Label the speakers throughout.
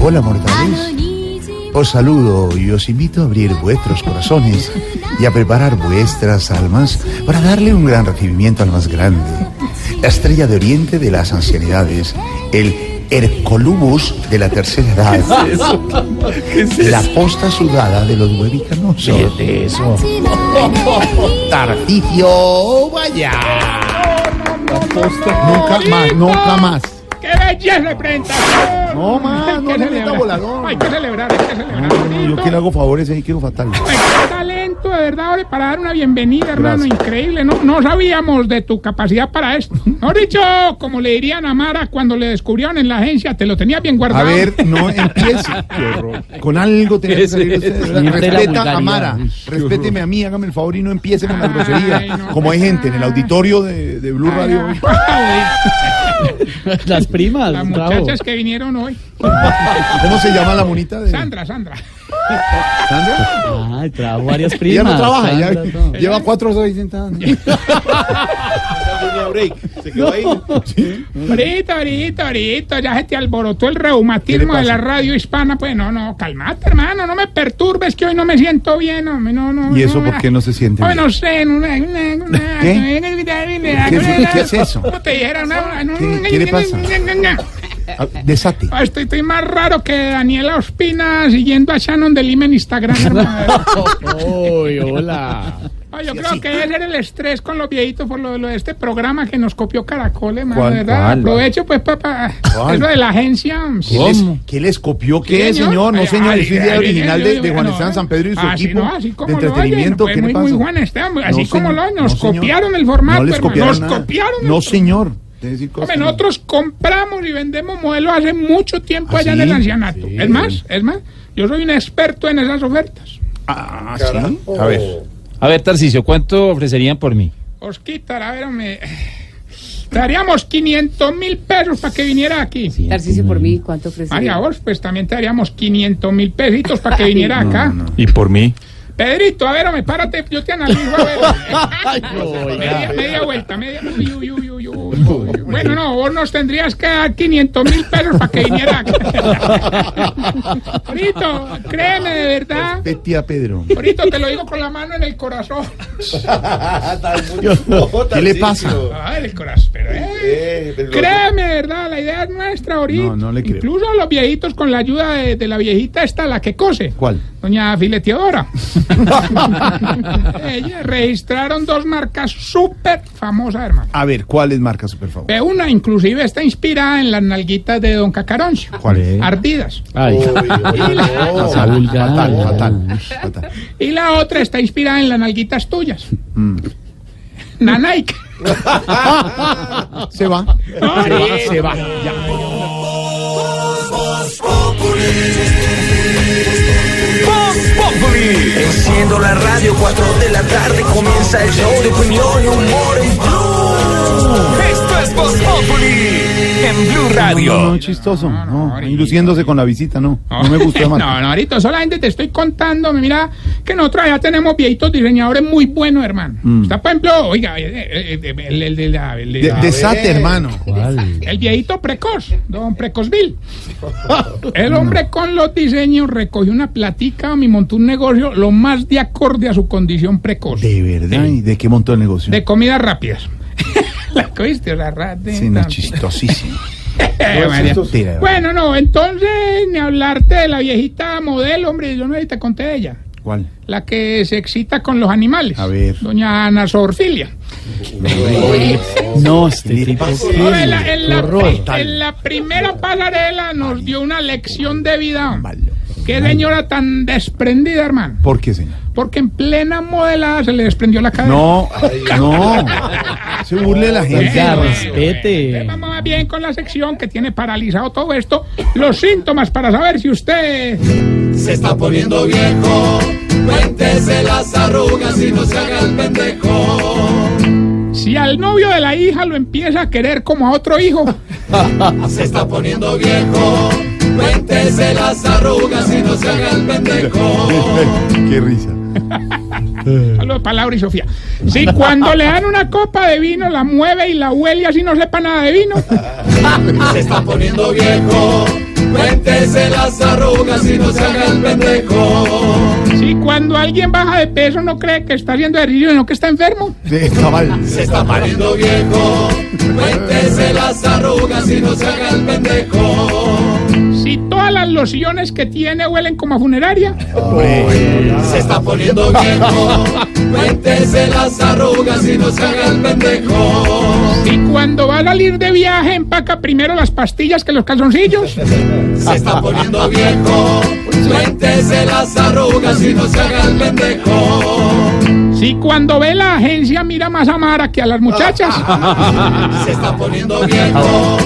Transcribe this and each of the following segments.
Speaker 1: Hola mortales, os
Speaker 2: Pues,
Speaker 1: saludo y os invito a abrir vuestros corazones y a preparar vuestras almas para darle un gran recibimiento al más grande, la estrella de oriente de las ancianidades, el Hercolumus de la tercera edad, la posta sudada de los huevicanosos,
Speaker 3: Fíjate eso.
Speaker 1: Tarticio Vaya.
Speaker 2: Nunca más, nunca más.
Speaker 4: ¡Qué belleza, prenda!
Speaker 2: No más, no
Speaker 4: Hay que
Speaker 2: le meta
Speaker 4: celebrar.
Speaker 2: volador.
Speaker 4: Hay que celebrar, hay que celebrar.
Speaker 2: No, no, yo
Speaker 4: bonito.
Speaker 2: que le hago favores ahí, quiero fatal.
Speaker 4: Ay, qué talento, de verdad, hombre, para dar una bienvenida, hermano,
Speaker 2: Gracias.
Speaker 4: increíble. No, no sabíamos de tu capacidad para esto. No dicho, como le dirían a Mara cuando le descubrieron en la agencia, te lo tenía bien
Speaker 2: A
Speaker 4: guardado.
Speaker 2: ver, no empiece. Con algo tenía que salir usted.
Speaker 3: Siempre la
Speaker 2: Respeta a
Speaker 3: vulgaridad.
Speaker 2: Mara.
Speaker 3: Uy,
Speaker 2: Respéteme a mí, hágame el favor y no empiece con la
Speaker 4: Ay,
Speaker 2: grosería.
Speaker 4: no.
Speaker 2: Como hay gente en el auditorio de, de Blue Radio hoy.
Speaker 3: Las primas,
Speaker 4: Las
Speaker 3: bravo.
Speaker 4: muchachas que vinieron hoy.
Speaker 2: ¿Cómo se llama la monita de
Speaker 4: Sandra, Sandra.
Speaker 2: Sandra?
Speaker 3: Ay, trajo varias
Speaker 2: Ella
Speaker 3: primas.
Speaker 2: no trabaja, ella
Speaker 3: Sandra, no.
Speaker 2: lleva cuatro horas ahí sentada. Mm.
Speaker 4: Ahorita, ahorita, ahorita, ya se te alborotó el reumatismo
Speaker 2: ¿Qué le
Speaker 4: de la
Speaker 2: pasa?
Speaker 4: radio hispana. Pues no, no, calmate, hermano, no me perturbes que hoy no me siento bien. hombre, No, no,
Speaker 2: ¿Y eso por qué no se siente?
Speaker 4: Ay,
Speaker 2: bien?
Speaker 4: no sé, en una, en una, en una-
Speaker 2: ¿Qué?
Speaker 4: en una-
Speaker 2: ¿Qué es- qué es eso?
Speaker 4: ¿Cómo te dijera? Una- en un-
Speaker 2: ¿Qué- qué le pasa? Ah, Desate.
Speaker 4: Ah, Estoy, estoy más raro que Daniela Ospina siguiendo a Shannon de Lima en Instagram. hermano.
Speaker 3: Uy, hola.
Speaker 4: Ay, Ah, yo creo que ese era el estrés con los viejitos por lo, lo de este programa que nos copió Caracol, hermano,
Speaker 2: ¿Cuál?
Speaker 4: ¿verdad?
Speaker 3: ¿Cuál?
Speaker 4: Aprovecho pues para
Speaker 2: ¿Cuál?
Speaker 4: eso de la agencia. hombre.
Speaker 2: ¿Qué les,
Speaker 3: ¿Cómo?
Speaker 2: qué les copió? ¿Qué,
Speaker 4: Sí,
Speaker 2: señor? No,
Speaker 4: Ay,
Speaker 2: señor,
Speaker 4: ay,
Speaker 2: es idea
Speaker 4: ay,
Speaker 2: original
Speaker 4: ay,
Speaker 2: de,
Speaker 4: ay,
Speaker 2: de Juan
Speaker 4: no,
Speaker 2: Esteban
Speaker 4: no.
Speaker 2: San Pedro y su
Speaker 4: Así
Speaker 2: equipo
Speaker 4: no, así como
Speaker 2: de
Speaker 4: lo oyen,
Speaker 2: entretenimiento.
Speaker 4: fue
Speaker 2: ¿Qué le
Speaker 4: muy,
Speaker 2: pasa?
Speaker 4: muy Juan Esteban, así
Speaker 2: No,
Speaker 4: como
Speaker 2: señor,
Speaker 4: lo oyen,
Speaker 2: no,
Speaker 4: nos
Speaker 2: señor.
Speaker 4: copiaron el
Speaker 2: No
Speaker 4: formato,
Speaker 2: les
Speaker 4: hermano,
Speaker 2: copiaron
Speaker 4: nos
Speaker 2: nada.
Speaker 4: copiaron el
Speaker 2: No, señor. Debe decir cosas
Speaker 4: Hombre,
Speaker 2: que no.
Speaker 4: nosotros compramos y vendemos modelos hace mucho tiempo
Speaker 2: ¿Ah,
Speaker 4: allá
Speaker 2: sí?
Speaker 4: en el ancianato.
Speaker 2: Sí.
Speaker 4: Es más, es más, yo soy un experto en esas ofertas.
Speaker 2: Ah, ¿sí? A ver.
Speaker 3: A ver, Tarcicio, ¿cuánto ofrecerían por mí?
Speaker 4: Os quitará, a ver, me... Daríamos 500 mil pesos para que viniera aquí.
Speaker 5: Tarcisio, por mí, ¿cuánto ofrece?
Speaker 4: María Ors, pues también te daríamos 500 mil pesitos para que viniera acá.
Speaker 6: ¿Y por mí?
Speaker 4: Pedrito, a ver, me párate, yo te analizo, a ver. media,
Speaker 2: Pues
Speaker 3: Oiga.
Speaker 4: media vuelta, media. uy, uy, uy, uy, uy, uy. Bueno, no, vos nos tendrías que dar 500 mil pesos para que viniera. Brito, créeme de verdad.
Speaker 2: Vete a Pedro.
Speaker 4: Brito, te lo digo con la mano en el corazón.
Speaker 2: ¿Qué le pasa?
Speaker 4: Ah, en el corazón, pero eh. Créeme, de verdad, la idea es nuestra ahorita.
Speaker 2: No, no le creo.
Speaker 4: Incluso los viejitos con la ayuda de, de la viejita esta, la que cose.
Speaker 2: ¿Cuál?
Speaker 4: Doña Fileteadora. Ella registraron dos marcas súper famosas, hermano.
Speaker 2: A ver, ¿cuáles marcas, por favor?
Speaker 4: De Eh, una, inclusive, está inspirada en las nalguitas de Don Cacaroncio.
Speaker 2: ¿Cuáles?
Speaker 4: Ardidas.
Speaker 3: Ay, cosa
Speaker 2: fatal,
Speaker 3: vulgar.
Speaker 2: fatal, fatal, fatal.
Speaker 4: Y la otra está inspirada en las nalguitas tuyas.
Speaker 2: Mm.
Speaker 4: Nanaica.
Speaker 2: Se va.
Speaker 4: Se va.
Speaker 7: Enciendo la radio, 4 de la tarde comienza el show de opinión y humor en Blue. Esto es Voz Populi en Blue
Speaker 2: No,
Speaker 7: Radio.
Speaker 2: no, chistoso.
Speaker 4: no,
Speaker 2: No, ahí
Speaker 4: ahorita.
Speaker 2: luciéndose con la visita, no. No me gustó, Marta.
Speaker 4: No, no, ahorita solamente te estoy contando, mira, que nosotros ya tenemos viejitos diseñadores muy buenos, hermano. Está, por ejemplo, oiga, eh, eh, eh, el, el de la- el de
Speaker 2: Mm. De-
Speaker 4: la-
Speaker 2: desate, hermano.
Speaker 3: ¿Cuál?
Speaker 4: el viejito precoz, don Precozville. El hombre con los diseños recogió una platica, me montó un negocio lo más de acorde a su condición precoz.
Speaker 2: De verdad, ¿y de qué montó el negocio?
Speaker 4: De comidas rápidas. La cogiste, la rata.
Speaker 2: Sí, no, chistosísimo.
Speaker 4: Eh, María.
Speaker 2: Tira,
Speaker 4: Bueno, no, entonces ni hablarte de la viejita modelo, hombre, yo no te conté de ella.
Speaker 2: ¿Cuál?
Speaker 4: La que se excita con los animales.
Speaker 2: A ver.
Speaker 4: Doña Ana Sorfilia.
Speaker 3: No, este
Speaker 2: ¿Qué
Speaker 3: tipo.
Speaker 2: pasa?
Speaker 3: qué-
Speaker 4: No, en, la, en la-
Speaker 3: qué horror.
Speaker 4: en la primera pasarela nos dio una lección de vida. hombre.
Speaker 2: Malo.
Speaker 4: Qué señora tan desprendida, hermano.
Speaker 2: ¿Por qué, señor?
Speaker 4: Porque en plena modelada se le desprendió la cadena.
Speaker 2: No, no. Se burle de la
Speaker 3: Oiga,
Speaker 2: gente.
Speaker 3: respete.
Speaker 4: Eh, Vamos más bien con la sección que tiene paralizado todo esto. Los síntomas para saber si usted.
Speaker 8: Se está poniendo viejo, cuéntese las arrugas y no se haga el pendejo.
Speaker 4: Si al novio de la hija lo empieza a querer como a otro hijo.
Speaker 8: Se está poniendo viejo, cuéntese las arrugas y no se haga el pendejo.
Speaker 2: Qué risa.
Speaker 4: Saludos para Laura y Sofía. Si cuando le dan una copa de vino la mueve y la huele así no sepa nada de vino.
Speaker 8: Se está poniendo viejo, Cuéntese las arrugas y no se haga el pendejo.
Speaker 4: Si cuando alguien baja de peso no cree que está haciendo ejercicio, sino que está enfermo.
Speaker 1: De cabal.
Speaker 8: Se está poniendo viejo. Cuéntese las arrugas y no se haga el pendejo.
Speaker 4: Si todas las lociones que tiene huelen como a funeraria.
Speaker 8: Se está poniendo viejo. Cuéntese las arrugas y no se haga el pendejo.
Speaker 4: Si cuando va a salir de viaje empaca primero las pastillas que los calzoncillos.
Speaker 8: Se está poniendo viejo. Cuéntese las arrugas y no se haga el pendejo.
Speaker 4: Si cuando ve la agencia mira más a Mara que a las muchachas.
Speaker 8: Se está poniendo viejo.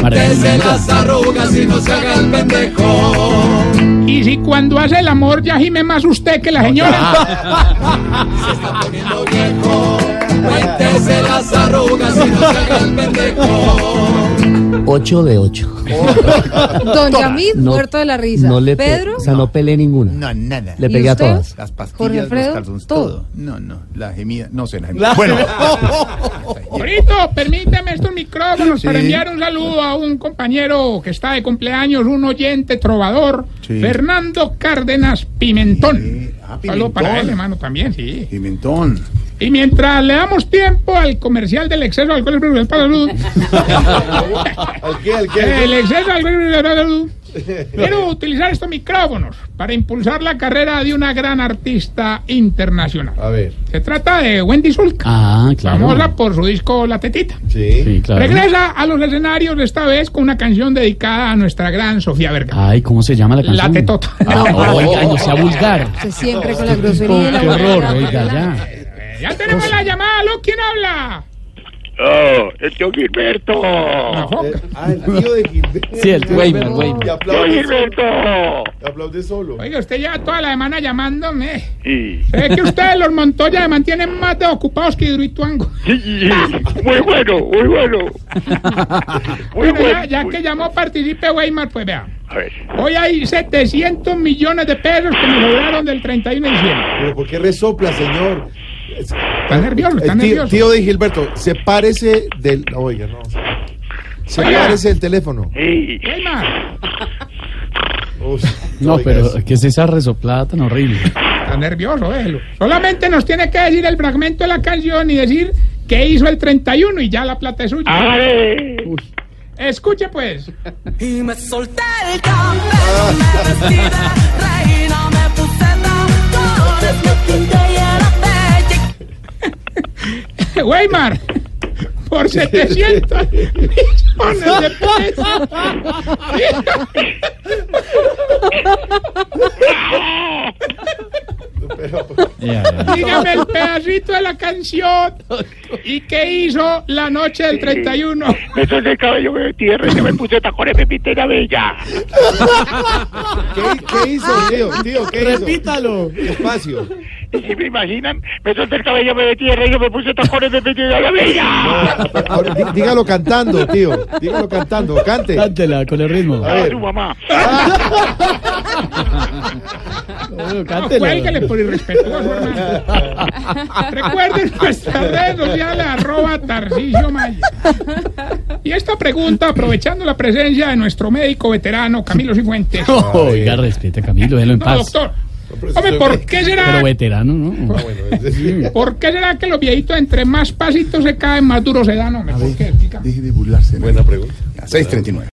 Speaker 8: Cuéntese las arrugas y no se haga el pendejo.
Speaker 4: Y si cuando hace el amor ya gime más usted que la señora.
Speaker 8: Se está poniendo viejo. Cuéntese las arrugas y no se haga el pendejo.
Speaker 5: 8 de 8.
Speaker 6: Don Yamid,
Speaker 5: No-
Speaker 6: muerto de la risa.
Speaker 5: No le pe-
Speaker 6: Pedro,
Speaker 5: O sea, no peleé ninguna.
Speaker 1: No, nada.
Speaker 5: Le
Speaker 6: ¿Y
Speaker 5: pegué a
Speaker 6: usted?
Speaker 5: todas.
Speaker 1: Las
Speaker 6: Jorge
Speaker 1: pastillas, los
Speaker 6: Alfredo,
Speaker 1: cartones,
Speaker 6: todo.
Speaker 1: todo. No, no, la gemida, no sé la gemida. bueno,
Speaker 4: Brito, permíteme este estos micrófonos
Speaker 1: Sí.
Speaker 4: para enviar un saludo a un compañero que está de cumpleaños, un oyente trovador,
Speaker 1: Sí.
Speaker 4: Fernando Cárdenas Pimentón.
Speaker 1: Sí. Ah,
Speaker 4: Saludo para
Speaker 1: Pimentón.
Speaker 4: él, hermano, también, sí.
Speaker 1: pimentón.
Speaker 4: Y mientras le damos tiempo al comercial del exceso de alcohol y preservativos para la salud.
Speaker 2: ¿Al qué, al
Speaker 4: El exceso de alcohol y preservativos para la salud. Quiero utilizar estos micrófonos para impulsar la carrera de una gran artista internacional.
Speaker 2: A ver,
Speaker 4: Se trata de Wendy Zulka,
Speaker 5: Ah,
Speaker 4: famosa por su disco La Tetita.
Speaker 2: sí.
Speaker 5: Sí, claro.
Speaker 4: Regresa a los escenarios esta vez con una canción dedicada a nuestra gran Sofía Vergara.
Speaker 5: Ay, ¿cómo se llama la
Speaker 4: La
Speaker 5: canción?
Speaker 4: tetota.
Speaker 5: Ah, oiga, no sea vulgar.
Speaker 6: usted siempre con la grosería y la
Speaker 5: Qué horror,
Speaker 6: vulgaridad.
Speaker 5: oiga, ya.
Speaker 4: Eh, ya tenemos la llamada, ¿aló? ¿Quién habla?
Speaker 9: Oh, el tío Gilberto.
Speaker 4: La foca.
Speaker 2: Ah, el tío de Gilberto.
Speaker 3: Sí, el Weyman,
Speaker 6: No.
Speaker 3: Weyman.
Speaker 2: Y
Speaker 9: Tío
Speaker 2: aplaude solo.
Speaker 9: Gilberto.
Speaker 2: Aplaude solo.
Speaker 4: Oiga, usted lleva toda la semana llamándome.
Speaker 9: Sí.
Speaker 4: Sé que ustedes, los Montoya, me mantienen más de ocupados que Hidroituango.
Speaker 9: Sí, sí, sí. Muy bueno, muy bueno. Muy
Speaker 4: Bueno, ya,
Speaker 9: bueno.
Speaker 4: ya
Speaker 9: muy-
Speaker 4: que llamó, participe Weimar, pues vea.
Speaker 9: A ver.
Speaker 4: Hoy hay 700 millones de pesos que me sobraron del 31 de diciembre.
Speaker 2: Pero ¿por qué resopla, señor? Es-
Speaker 4: Está nervioso, está
Speaker 2: El Eh, tío,
Speaker 4: nervioso.
Speaker 2: tío de Gilberto, sepárese del. Oiga, no. Sepárese del teléfono.
Speaker 9: Sí.
Speaker 4: Weimar,
Speaker 2: Uf,
Speaker 5: No,
Speaker 2: oiga,
Speaker 5: pero
Speaker 2: eso.
Speaker 5: ¿qué es esa resoplada tan horrible?
Speaker 4: está nervioso, déjelo. Solamente nos tiene que decir el fragmento de la canción y decir qué hizo el 31 y ya la plata es suya.
Speaker 9: Hágale.
Speaker 4: Escuche pues.
Speaker 7: Y me solté el cabello, me vestida, reina, me puse tacones, me pinté y era bella.
Speaker 4: Weimar, por 700 millones de pesos. Dígame el pedacito de la canción y qué hizo la noche del 31.
Speaker 9: Me solté el cabello, me metí de reina, me puse tacones, me pinté la bella.
Speaker 2: ¿Qué, qué hizo, tío? Tío, ¿qué Repítalo. Espacio.
Speaker 9: Y si me imaginan, me solté el cabello, me metí de reina, me puse tacones, me pinté la bella.
Speaker 2: Ahora, dí- dígalo cantando, tío. Dígalo cantando. Cante.
Speaker 5: Cántela con el ritmo.
Speaker 2: A
Speaker 9: A
Speaker 2: ver.
Speaker 9: tu mamá.
Speaker 4: Cuélguele por irrespetuoso, hermano. Recuerden nuestras redes sociales, arroba Tarcisio Maya. Y esta pregunta, aprovechando la presencia de nuestro médico veterano, Camilo Cifuentes. No,
Speaker 5: Oiga, respete a Camilo, déjelo en paz.
Speaker 4: doctor.
Speaker 9: Pues
Speaker 4: Hombre, ¿por qué será
Speaker 5: Pero veterano, ¿no?
Speaker 4: ¿Por qué será que los viejitos entre más pasitos se caen, más duros se dan, hombre? ¿Por qué? Explícame.
Speaker 1: Deje de burlarse. Buena pregunta. 639.